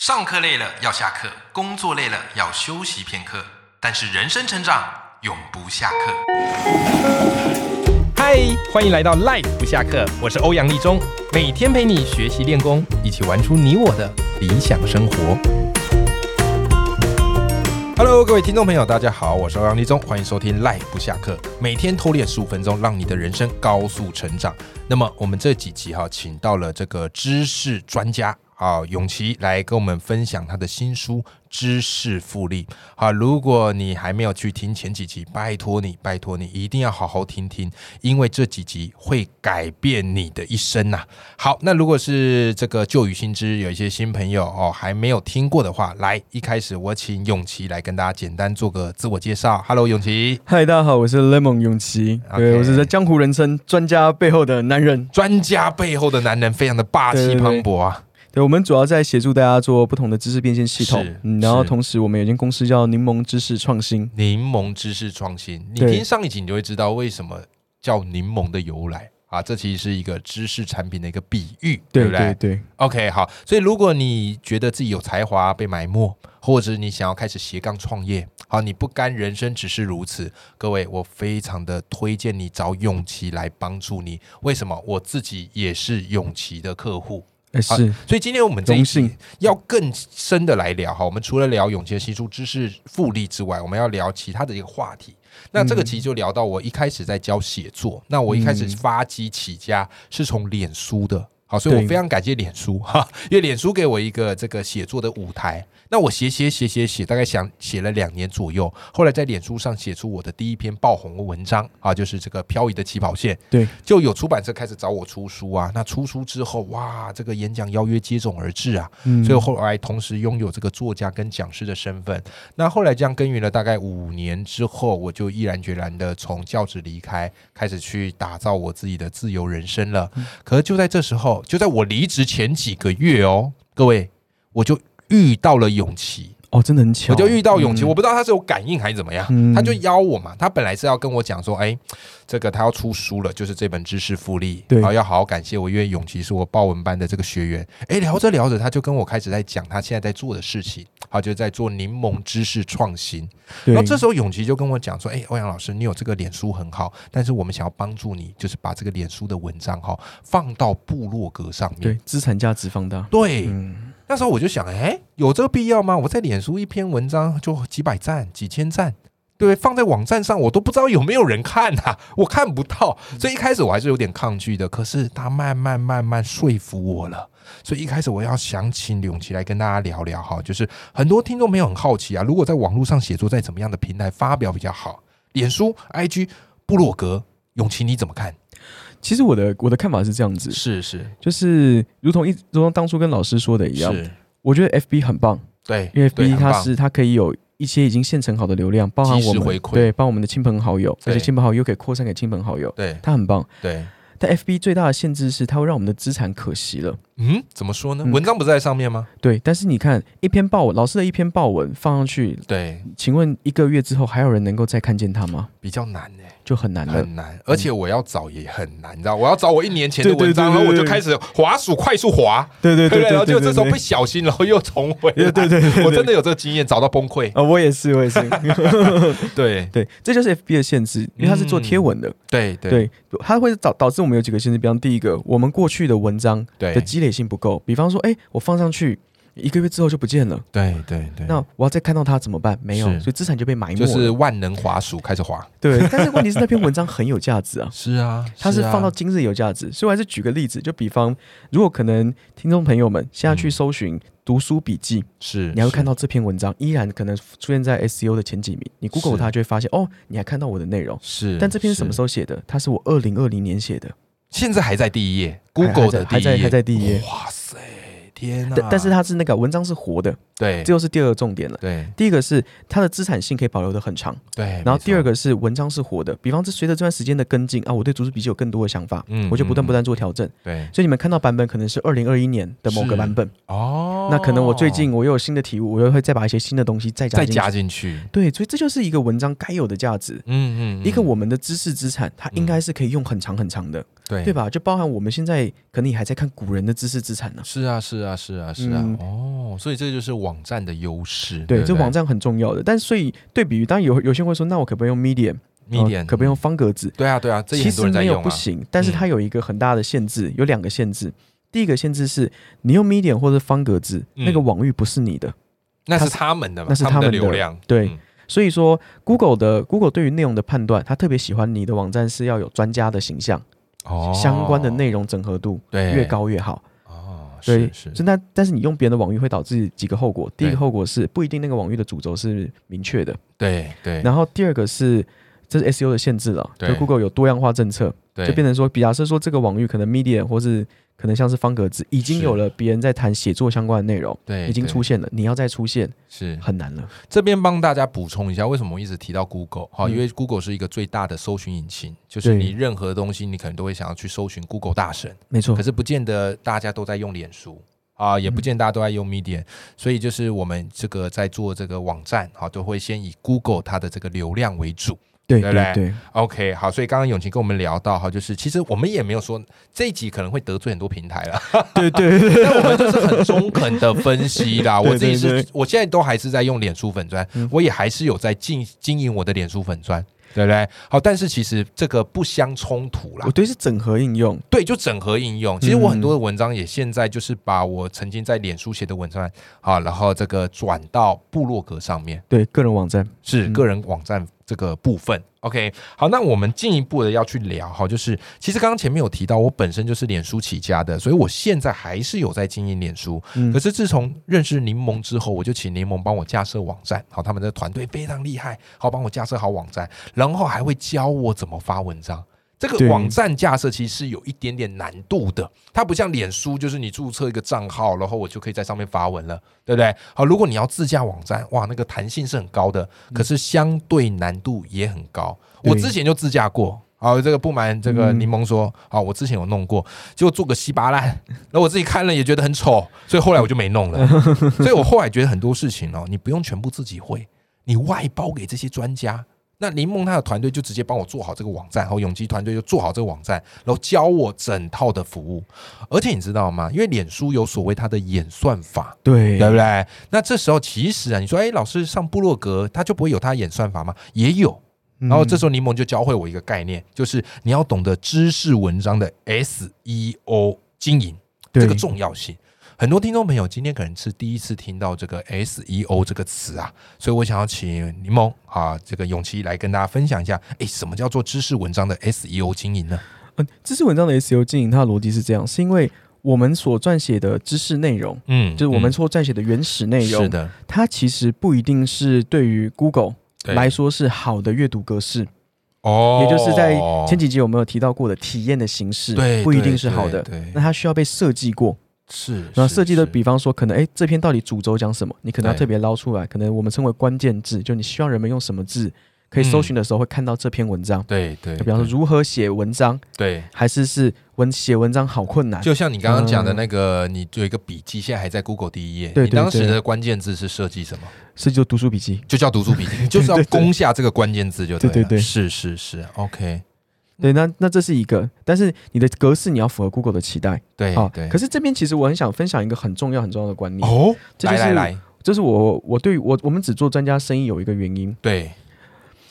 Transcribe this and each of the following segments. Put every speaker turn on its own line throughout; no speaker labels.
上课累了要下课，工作累了要休息片刻，但是人生成长永不下课。嗨，欢迎来到 Life 不下课，我是欧阳立中，每天陪你学习练功，一起玩出你我的理想生活。Hello，各位听众朋友，大家好，我是欧阳立中，欢迎收听 Life 不下课，每天偷练十五分钟，让你的人生高速成长。那么我们这几集哈，请到了这个知识专家啊，永琪来跟我们分享他的新书《知识复利》。好，如果你还没有去听前几集，拜托你，拜托你一定要好好听听，因为这几集会改变你的一生呐、啊好，那如果是这个旧雨新知，有一些新朋友哦还没有听过的话，来，一开始我请永琪来跟大家简单做个自我介绍。Hello，永琪。
嗨，大家好，我是 Lemon 永琪
OK
对我是在江湖人称专家背后的男人。
专家背后的男人非常的霸气
对对对
磅礴啊！
对，我们主要在协助大家做不同的知识变现系统
是，
嗯，然后
是
同时我们有一间公司叫柠檬知识创新。
柠檬知识创新，你
对
听上一集你就会知道为什么叫柠檬的由来啊！这其实是一个知识产品的一个比喻，
对
不对
对对
o k 好，所以如果你觉得自己有才华被埋没，或者你想要开始斜杠创业，好，你不甘人生只是如此，各位，我非常的推荐你找永琪来帮助你。为什么？我自己也是永琪的客户，
哎
好
是
所以今天我们这一
荣
集
幸
要更深的来聊哈，我们除了聊永杰新书知识复利之外，我们要聊其他的一个话题。那这个其实就聊到我一开始在教写作，那我一开始发迹起家是从脸书的。好，所以我
对
非常感谢脸书哈，因为脸书给我一个这个写作的舞台。那我写写写写写，大概想写了两年左右，后来在脸书上写出我的第一篇爆红的文章啊，就是这个漂移的起跑线。
对，
就有出版社开始找我出书啊。那出书之后，哇，这个演讲邀约接踵而至啊。
嗯
所以后来同时拥有这个作家跟讲师的身份。那后来这样耕耘了大概五年之后，我就毅然决然的从教职离开，开始去打造我自己的自由人生了。可是就在这时候，就在我离职前几个月哦，各位，我就遇到了永琪。
哦，真的很巧，
我就遇到永琪，
嗯
我不知道他是有感应还是怎么样，
嗯
他就邀我嘛。他本来是要跟我讲说，哎，这个他要出书了，就是这本《知识复利》，
对
然后要好好感谢我，因为永琪是我报文班的这个学员。哎，聊着聊着，他就跟我开始在讲他现在在做的事情，好，就在做柠檬知识创新。
对，
然后这时候永琪就跟我讲说：“哎、欧阳老师，你有这个脸书很好，但是我们想要帮助你，就是把这个脸书的文章哈、放到部落格上面。
对资产价值放大，
对
嗯，
那时候我就想，哎、有这个必要吗？我在脸书一篇文章就几百赞、几千赞，对不对？放在网站上，我都不知道有没有人看啊， 我看不到，所以一开始我还是有点抗拒的。可是他慢慢慢慢说服我了，所以一开始我要想请永琪来跟大家聊聊哈，就是很多听众朋友很好奇啊，如果在网络上写作，在怎么样的平台发表比较好？脸书、IG、部落格，永琪你怎么看？
其实我的我的看法是这样子，
是是
就是如同一如同当初跟老师说的一样，
是，
我觉得 FB 很棒，
对，
因为
对
FB
很
它
棒
是它可以有一些已经现成好的流量，包含
及时
我们
回馈
对，包含我们的亲朋好友，
对
而且亲朋好友可以扩散给亲朋好友，
对
它很棒。
对，
但 FB 最大的限制是它会让我们的资产可惜了。
嗯，怎么说呢？
嗯
文章不是在上面吗？
对，但是你看一篇报文，老师的一篇报文放上去，
对，
请问一个月之后还有人能够再看见它吗？
比较难哎、
就很难了。
很难，而且我要找也很难，你知道，我要找我一年前的文章，
对对对对
然后我就
对
开始滑鼠快速滑，
对对
对不对？然后就这时候不小心，然后又重回来，
对对对对对
我真的有这个经验，找到崩溃，
啊，我也是，我 也是，
对
对，这就是 FB 的限制，因为它是做贴文的，
对嗯对
对，它会导导致我们有几个限制，比方第一个，我们过去的文章的
对
积累性不够，比方说，哎，我放上去一个月之后就不见了，
对对对，
那我要再看到它怎么办？没有，
是
所以资产就被埋没
就
了。
是万能滑鼠开始滑，
对， 但是问题是那篇文章很有价值啊，
是啊，
它是
啊
放到今日有价值。所以我还是举个例子，就比方，如果可能，听众朋友们现在去搜寻“读书笔记”，
嗯是，
你还会看
到
到这篇文章依然可能出现在 SEO 的前几名。你 Google
是
它就会发现，哦，你还看到我的内容。
是，
但这篇是什么时
候？
候写的？它是我二零二零年写的
现在还在第一页
还
，Google 的第
还
一
在还在
页，
还在第一页。
哇塞，天哪！
但但是它是那个文章是活的，
对
这又是第二个重点了。
对
第一个是它的资产性可以保留的很长，
对，
然后第
个。
二个是文章是活的，比方这随着这段时间的跟进啊，我对竹子笔记有更多的想法，
嗯
我就不断
嗯
不断做调整。
对
所以你们看到版本可能是二零二一年的某个版本，
哦，
那可能我最近我又有新的体悟，我又会再把一些新的东西再加
再
进去。
加进去，
对，所以这就是一个文章该有的价值。
嗯嗯，嗯嗯
一个我们的知识资产，它应该是可以用很长很长的，
对
对？吧？就包含我们现在可能也还在看古人的知识资产呢、
是啊是啊啊，是啊，是啊
嗯，
哦，所以这就是网站的优势。
对，
不
这网站很重要的。但所以对比于，当然有有些人会说，那我可不可以用 Medium？呃
Medium
可不可以用？方格子？
对啊，对啊，这也
其
很多
实
人在
没有
用
不
啊。嗯
行，但是它有一个很大的限制，有两个限制。第一个限制是你用 Medium 或者方格子，
嗯
那个网域不是你的。
那是
它是
他们的嘛，
那是
他
他
的
们的
流量。
对
嗯
所以说，Google 的 Google 对于内容的判断，它特别喜欢你的网站是要有专家的形象，
哦，
相关的内容整合度
对
越高越好。
哦，
对
是，是
所以那但是你用别人的网域会导致几个后果。第一
对
个后果是不一定那个网域的主轴是明确的，
对对，
然后第二个是这是 SEO 的限制了，
对
就 Google 有多样化政策，
对
就变成说，比假设说这个网域可能 Medium 或是可能像是方格子已经
是
有了别人在谈写作相关的内容，
对
已经
对嗯
出现了，你要再出现
是
很难了。
这边帮大家补充一下，为什么我一直提到 Google 哈、
嗯
因为 Google 是一个最大的搜寻引擎，就是
对
你任何东西，你可能都会想要去搜寻 Google 大神，
没错
可，是不见得大家都在用脸书。啊，也不见大家都在用 Medium，、所以就是我们这个在做这个网站，好，都会先以 Google 它的这个流量为主。
对
对
对
不
对
对OK，好，所以刚刚永晴跟我们聊到哈，就是其实我们也没有说这一集可能会得罪很多平台啦，
对对 对
但我们就是很中肯的分析 啦。
对
我自己
对
是
对，
我现在都还是在用脸书粉砖，
嗯
我也还是有在经经营我的脸书粉砖，对不对？好，但是其实这个不相冲突啦
我。对是整合应用，
对，就整合应用。其实我
嗯
很多的文章也现在就是把我曾经在脸书写的文章啊，然后这个转到部落格上面。
对个人网站，
是
嗯
个人网站这个部分。OK，好，那我们进一步的要去聊哈，就是其实刚刚前面有提到，我本身就是脸书起家的，所以我现在还是有在经营脸书。
嗯
可是自从认识柠檬之后，我就请柠檬帮我架设网站，好，他们的团队非常厉害，好，帮我架设好网站，然后还会教我怎么发文章。这个
对
网站架设其实是有一点点难度的，它不像脸书，就是你注册一个账号，然后我就可以在上面发文了，对不对？好，如果你要自架网站，哇，那个弹性是很高的，可是相对难度也很高。
对
我之前就自架过。好，这个不瞒这个
嗯
柠檬说，好，我之前有弄过，结果做个稀巴烂， 然后我自己看了也觉得很丑，所以后来我就没弄 了。所以我后来觉得很多事情哦，你不用全部自己会，你外包给这些专家。那林梦他的团队就直接帮我做好这个网站，然后永基团队就做好这个网站，然后教我整套的服务。而且你知道吗？因为脸书有所谓它的演算法，
对
对不啊对？那这时候其实啊，你说，哎，老师上部落格，他就不会有他的演算法吗？也有。然后这时候柠檬就教会我一个概念，就是你要懂得知识文章的 SEO 经营
嗯
这个重要性。很多听众朋友今天可能是第一次听到这个 SEO 这个词啊，所以我想要请柠檬啊，这个永琪来跟大家分享一下，哎，什么叫做知识文章的 SEO 经营呢？
嗯，知识文章的 SEO 经营，它的逻辑是这样，是因为我们所撰写的知识内容，
嗯，
就是我们
嗯
所撰写的原始内容，
是的，
它其实不一定是对于 Google
对
来说是好的阅读格式，
哦，
也就是在前几集我们有提到过的体验的形式，
对
不一定是好的。
对，对
那它需要被设计过，
是，
然后
是
设计的，
是
比方说，可能哎，诶这篇到底主轴讲什么，你可能要
对
特别捞出来。可能我们称为关键字，就你希望人们用什么字，可以搜寻的时候会看到这篇文章。
对嗯对，
就比方说，
对
如何写文章，
对，
还是是文写文章好困难。
就像你刚刚讲的那个，你有一个笔记，现在还在 Google 第一页。
嗯对
你当时
对对
的关键字是设计什么？
设计做读书笔记。
就叫读书笔 记，就是要攻下这个关键字就了。
对对对
是是是，OK，
对，那那这是一个，但是你的格式你要符合 Google 的期待
对
啊。
对。
可是这边其实我很想分享一个很重要很重要的观念，
哦，
这就
来
是
来来，
这是我我对于我我们只做专家生意有一个原因。
对，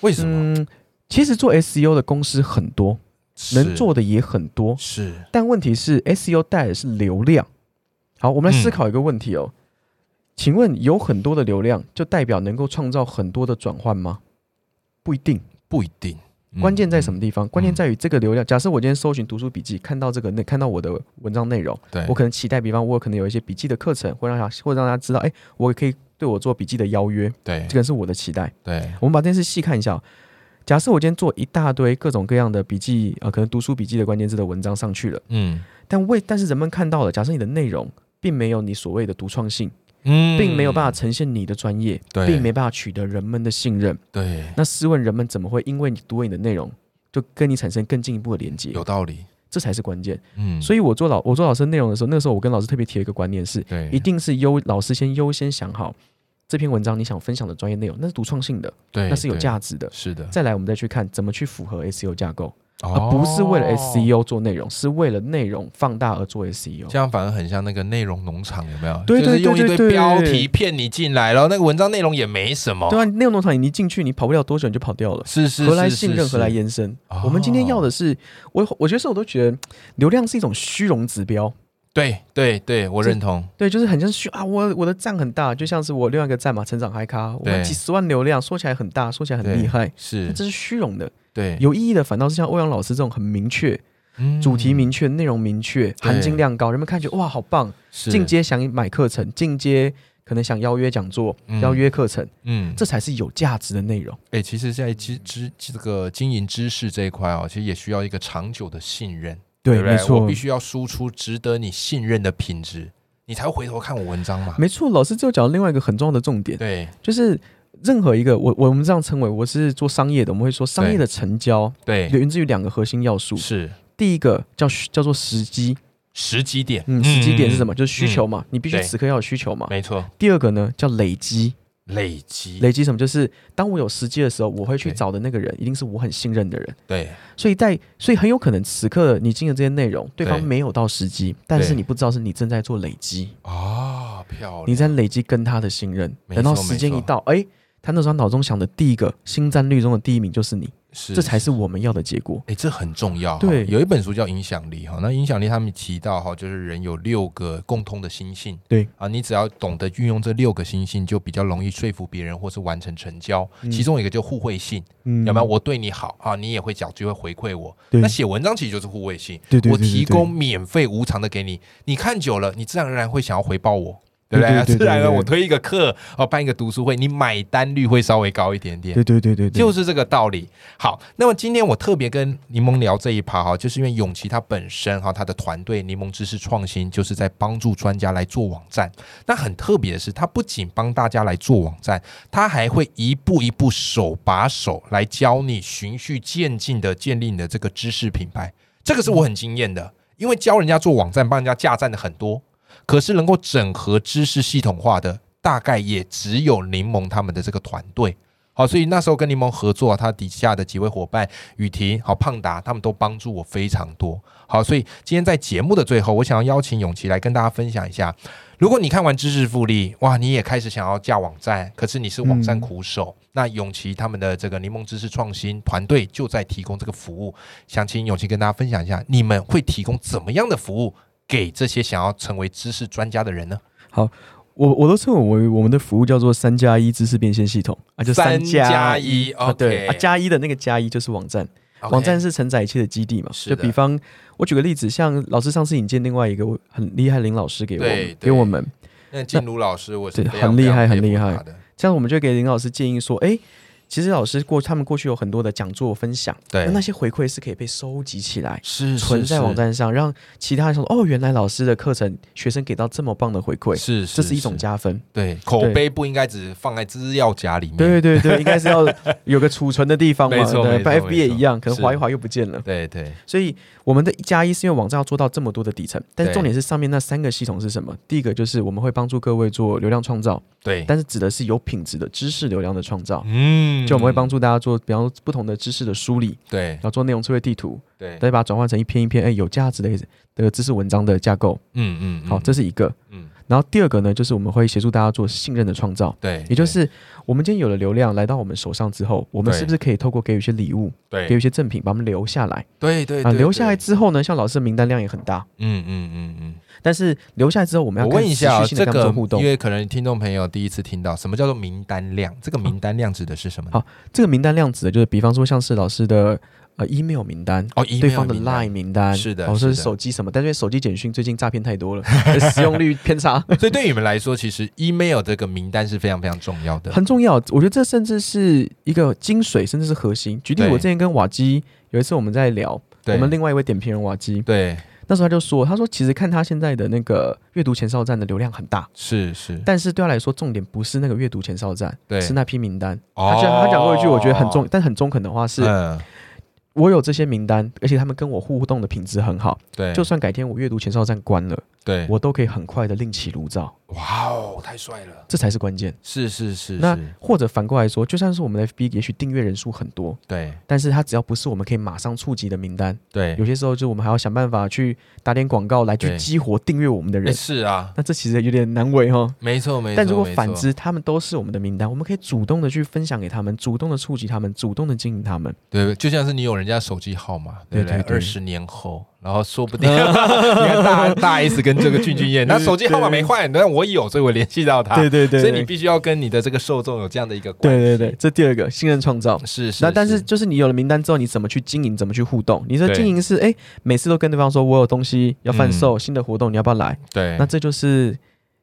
为什么
嗯，其实做 SEO 的公司很多，能做的也很多，
是是
但问题是 SEO 带来的是流量。好，我们
嗯
来思考一个问题哦，请问有很多的流量，就代表能够创造很多的转换吗？不一定，
不一定？嗯
关键在什
么？
么地方？关键在于这个流量。假设我今天搜寻读书笔记，看到这个内，看到我的文章内容，
嗯对，
我可能期待，比方我可能有一些笔记的课程，会让他会让大家知道，哎，我可以对我做笔记的邀约，
对
这个是我的期待。
对
我们把这件事细看一下哦。假设我今天做一大堆各种各样的笔记，呃，可能读书笔记的关键字的文章上去了，
嗯
但为但是人们看到了，假设你的内容并没有你所谓的独创性，
嗯
并没有办法呈现你的专业，
对
并没办法取得人们的信任，
对，
那试问人们怎么会因为你读了你的内容，就跟你产生更进一步的连接？
有道理。
这才是关键。
嗯，
所以我做老我做老师内容的时候，那时候我跟老师特别提了一个观念是
以，对
一定是优老师先优先想好这篇文章你想分享的专业内容，那是独创性的，
对
那是有
对
价值的。
是的，
再来，我们再去看怎么去符合 SEO 架
哦
构。而不是为了 SEO 做内容，是为了内容放大而做 E SEO。
这样反而很像那个内容农场，有没有？
对对对
就是用一
对
堆
对
标题骗你进来，然后那个文章内容也没什么。
对啊，内容农场你一进去，你跑不了多久你就跑掉了。
哦是是是，
何来信任，
是
何来？延伸？
哦
我们今天要的是，我我觉得是我都觉得流量是一种虚荣指标，
对对对，我认同。
对，就是很像虚啊，我我的赞很大，就像是我另外一个赞嘛，成长嗨咖，我
对
们几十万流量，说起来很大，说起来很厉害，
是
但，这是虚荣的。
对，
有意义的反倒是像欧阳老师这种很明确、
嗯
主题明确、内容明确、
对
含金量高，人们看觉得哇好棒，
是
进，阶想买课程，进阶可能想邀约讲座、
嗯
邀约课程，
嗯，
这才是有价值的内容。
哎、其实，在知知这个经营知识这一块哦，其实也需要一个长久的信任，不对？
没
我
错
必，须要输出值得你信任的品质，你才会回头看我文章嘛。
没错。老师只有讲到另外一个很重要的重点，
对
就是任何一个我我们这样称为我是做商业的，我们会说商业的成交
对，
源自于两个核心要素，
是
第一个叫需叫做时机，
时机点，
嗯，时机点是什么？就是需求
嗯
嘛，你必须
对
此刻要有需求嘛。
没错，
第二个呢叫累积，
累积，
累积什么？就是当我有时机的时候，我会去
对
找的那个人一定是我很信任的人，
对
所以在所以很有可能此刻你经营这些内容，对方
对
没有到时机，但是
对
你不知道是你正在做累积，
哦，漂亮，
你在累积跟他的信任，
没
等到
错
时
没
间
错
一到，哎。他那时候脑中想的第一个新战略中的第一名就是你，
是
这才是我们要的结果。
哎、这很重要哈。
对
有一本书叫《影响力》哈，那影响力他们提到哈，就是人有六个共通的心性。
对
啊，你只要懂得运用这六个心性，就比较容易说服别人或是完成成交。
嗯
其中有一个就互惠性，
嗯
有没有？？我对你好啊，你也会讲，就会回馈我。
对
那写文章其实就是互惠性，
对对对
我提
对对
供免费无偿的给你，你看久了，你自然而然会想要回报我。对不对？
对对对对
自然而然，
对
我推一个课，哦，办一个读书会，你买单率会稍微高一点点。
对对对对对，
就是这个道理。好，那么今天我特别跟柠檬聊这一趴哈，就是因为永琪他本身哈，他的团队柠檬知识创新就是在帮助专家来做网站。那很特别的是，他不仅帮大家来做网站，他还会一步一步手把手来教你循序渐进的建立你的这个知识品牌。这个是我很惊艳的，因为教人家做网站、帮人家架站的很多，可是能够整合知识系统化的，大概也只有柠檬他们的这个团队。好，所以那时候跟柠檬合作啊，他底下的几位伙伴雨婷、好胖达，他们都帮助我非常多。好，所以今天在节目的最后，我想要邀请永琪来跟大家分享一下，如果你看完知识复利，哇，你也开始想要架网站，可是你是网站苦手，那永琪他们的这个柠檬知识创新团队就在提供这个服务，想请永琪跟大家分享一下，你们会提供怎么样的服务给这些想要成为知识专家的人呢？
我我都称我为我们的服务叫做三加一知识变现系统啊，就
三加
加
一
啊，
OK
对啊，加一的那个加一就是网站，网站是承载一切的基地嘛。
是
就
的
比方我举个例子，像老师上次引荐另外一个我很厉害的林老师给我
对
们
对
给我们，
那静茹老师，我是
对
非常
很厉害
非常
很厉
佩服
害
她的，
这样我们就给林老师建议说，哎。其实老师过他们过去有很多的讲座分享，
对
那那些回馈是可以被收集起来，
是
存在网，站上，让其他人说哦，原来老师的课程学生给到这么棒的回馈，
是嗯
这是一种加分。
对口碑不应该只放在资料夹里面，
对对对，应该是要有个储存的地方嘛，
没错
对
没错
不然，FB 也一样，可能
是
划一划又不见了。
对对
所以我们的一加一是因为网站要做到这么多的底层，但是
对
重点是上面那三个系统是什么？第一个就是我们会帮助各位做流量创造，
对，
但是指的是有品质的知识流量的创造。
嗯
就我们会帮助大家做，比方说不同的知识的梳理，
对
然后做内容智慧地图，
对，
再把它转换成一篇一篇哎有价值的的知识文章的架构。
嗯嗯，嗯
好，这是一个。
嗯
然后第二个呢，就是我们会协助大家做信任的创造。
对，
也就是我们今天有了流量来到我们手上之后，我们
对
是不是可以透过给予一些礼物，
对
给予一些赠品，把我们留下来？
对对
啊，
对
留下来
对
之后呢，像老师的名单量也很大，
嗯嗯嗯嗯。
但是留下来之后，我们要
我问
更
一下啊、
持续性地
这
跟他们
个
做互动
因。为可能听众朋友第一次听到，什么叫做名单量？这个名单量指的是什么呢？
好这个名单量指的就是，比方说像是老师的呃 email 名单。
哦，
对
email
方的
名单
Line 名单
是的
老
是
师
的
手机什么？但是因为手机简讯最近诈骗太多 了，使用率偏差
所以对你们来说，其实 email 这个名单是非常非常重要的。
很重要。我觉得这甚至是一个精髓，甚至是核心。举例，
对
我之前跟瓦基有一次我们在聊，
对
我们另外一位点评人瓦基，
对
那时候他就说，他说其实看他现在的那个阅读前哨站的流量很大，
是是，
但是对他来说重点不是那个阅读前哨站，
对
是那批名单。
哦
他讲他讲过一句我觉得很中，，但很中肯的话是，
嗯，
我有这些名单，而且他们跟我互动的品质很好，
对，
就算改天我阅读前哨站关了，
对，
我都可以很快的另起炉灶，
哇哦，太帅了，
这才是关键。
是是是，
那
是
或者反过来说，就算是我们的 FB，也许订阅人数很多，
对
但是它只要不是我们可以马上触及的名单，
对
有，些时候就是我们还要想办法去打点广告来去
对
激活订阅我们的
哎
人。
是啊，
那这其实有点难为哈。
没错没错。
但如果
没错
反，之，他们都是我们的名单，我们可以主动的去分享给他们，主动的触及他们，主动的经营他们。
对，就像是你有人家手机号码，对不
对
对？
对对嗯
二十年后，然后说不定 你看大大 S 跟这个俊 俊彦，那手机号码没换，但我有，所以我联系到他。
对对
啊所以你必须要跟你的这个受众有这样的一个关系。
对对对，这第二个信任创造。
是是。
那但是就是你有了名单之后，你怎么去经营，怎么去互动？你的
对
经营是哎，诶每次都跟对方说我有东西要贩售，新的活动你要不要来？
嗯对，哦
那这就是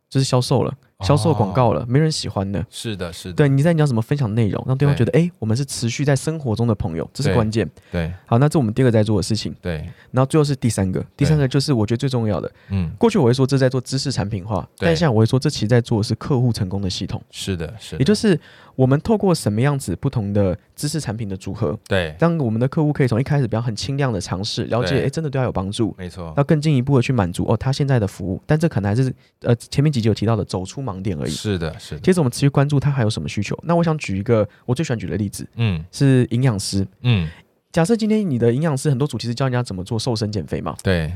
就是销售了，销售广告了，没人喜欢的。
是的是的，
对，你在你要怎么分享内容，让对方
对
觉得哎，诶我们是持续在生活中的朋友，这是
对
关键。
对
好，那这我们第二个在做的事情，
对，
然后最后是第三个，第三个就是我觉得最重要的。
嗯，
过去我会说这在做知识产品化，
对
但现在我会说这其实在做的是客户成功的系统，
是的是的，
也就是我们透过什么样子不同的知识产品的组合，
对，
让我们的客户可以从一开始比较很轻量的尝试，了解
对
诶真的对他有帮助，
没错，
要更进一步的去满足哦他现在的服务，但这可能还是呃前面几集有提到的走出盲点而已。
是的是的，
接着我们持续关注他还有什么需求。那我想举一个我最喜欢举的例子
嗯
是营养师。
嗯，
假设今天你的营养师很多主题是教人家怎么做瘦身减肥嘛，
对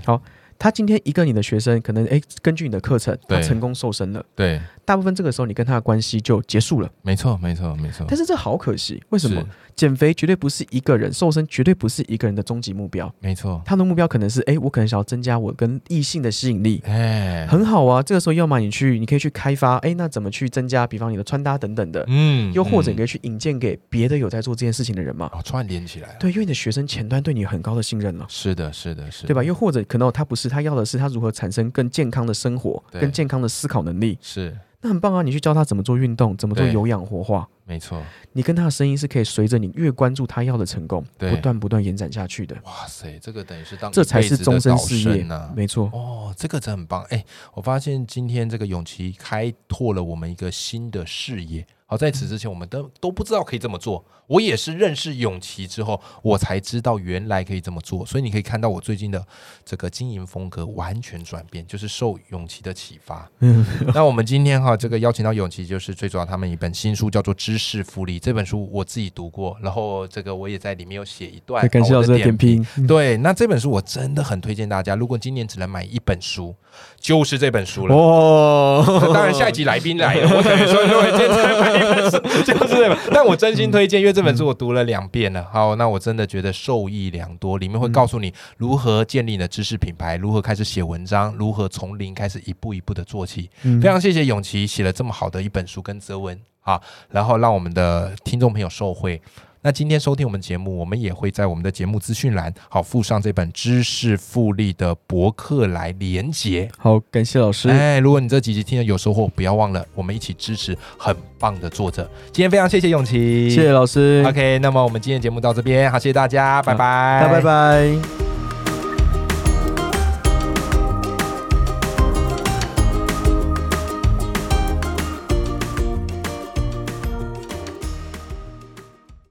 他今天一个你的学生，可能诶根据你的课程，他
对
成功瘦身了，
对，
大部分这个时候你跟他的关系就结束了。
没错没错没错。
但是这好可惜，为什么
哦是？
减肥绝对不是一个人，瘦身绝对不是一个人的终极目标。
没错，
他的目标可能是，诶，我可能想要增加我跟异性的吸引力，
哎，
很好啊。这个时候，要么你去，你可以去开发，诶，那怎么去增加，比方你的穿搭等等的，
嗯
又或者你可
给
以去引荐给别的有在做这件事情的人嘛。
哦串联起来了，
对，因为你的学生前端对你有很高的信任了。啊
是的是的是的，
对吧？又或者可能他不是，他要的是他如何产生更健康的生活，
对
更健康的思考能力。
是
那很棒啊！你去教他怎么做运动，怎么做
对
有氧活化，
没错，
你跟他的声音是可以随着你越关注他要的成功，
对
不断不断延展下去的。
哇塞，这个等于是当
这才是终身事业
呢。
没错，
哦，这个真很棒！哎，我发现今天这个永琪开拓了我们一个新的视野。好，在此之前我们都都不知道可以这么做。我也是认识永琪之后，我才知道原来可以这么做。所以你可以看到我最近的这个经营风格完全转变，就是受永琪的启发。
嗯
那我们今天哈，这个邀请到永琪，就是最主要他们一本新书叫做《知识复利》。这本书我自己读过，然后这个我也在里面有写一段。
对感谢
好
老
我
师的点评。嗯
对，那这本书我真的很推荐大家，如果今年只能买一本书，就是这本书了。
哦，
当然，下一集来宾来了，我可能说我今天才买一本书，就是这本。但我真心推荐，因为这本书我读了两遍了。好，那我真的觉得受益良多。里面会告诉你如何建立你的知识品牌，如何开始写文章，如何从零开始一步一步的做起。
嗯
非常谢谢永琪写了这么好的一本书跟哲文啊，然后让我们的听众朋友受惠。那今天收听我们节目，我们也会在我们的节目资讯栏好附上这本《知识复利》的博客来连接。
好，感谢老师，
哎，如果你这几集听了有收获，不要忘了我们一起支持很棒的作者。今天非常谢谢永琪，
谢谢老师，
OK，那么我们今天节目到这边，好，谢谢大家，拜拜，
那拜拜。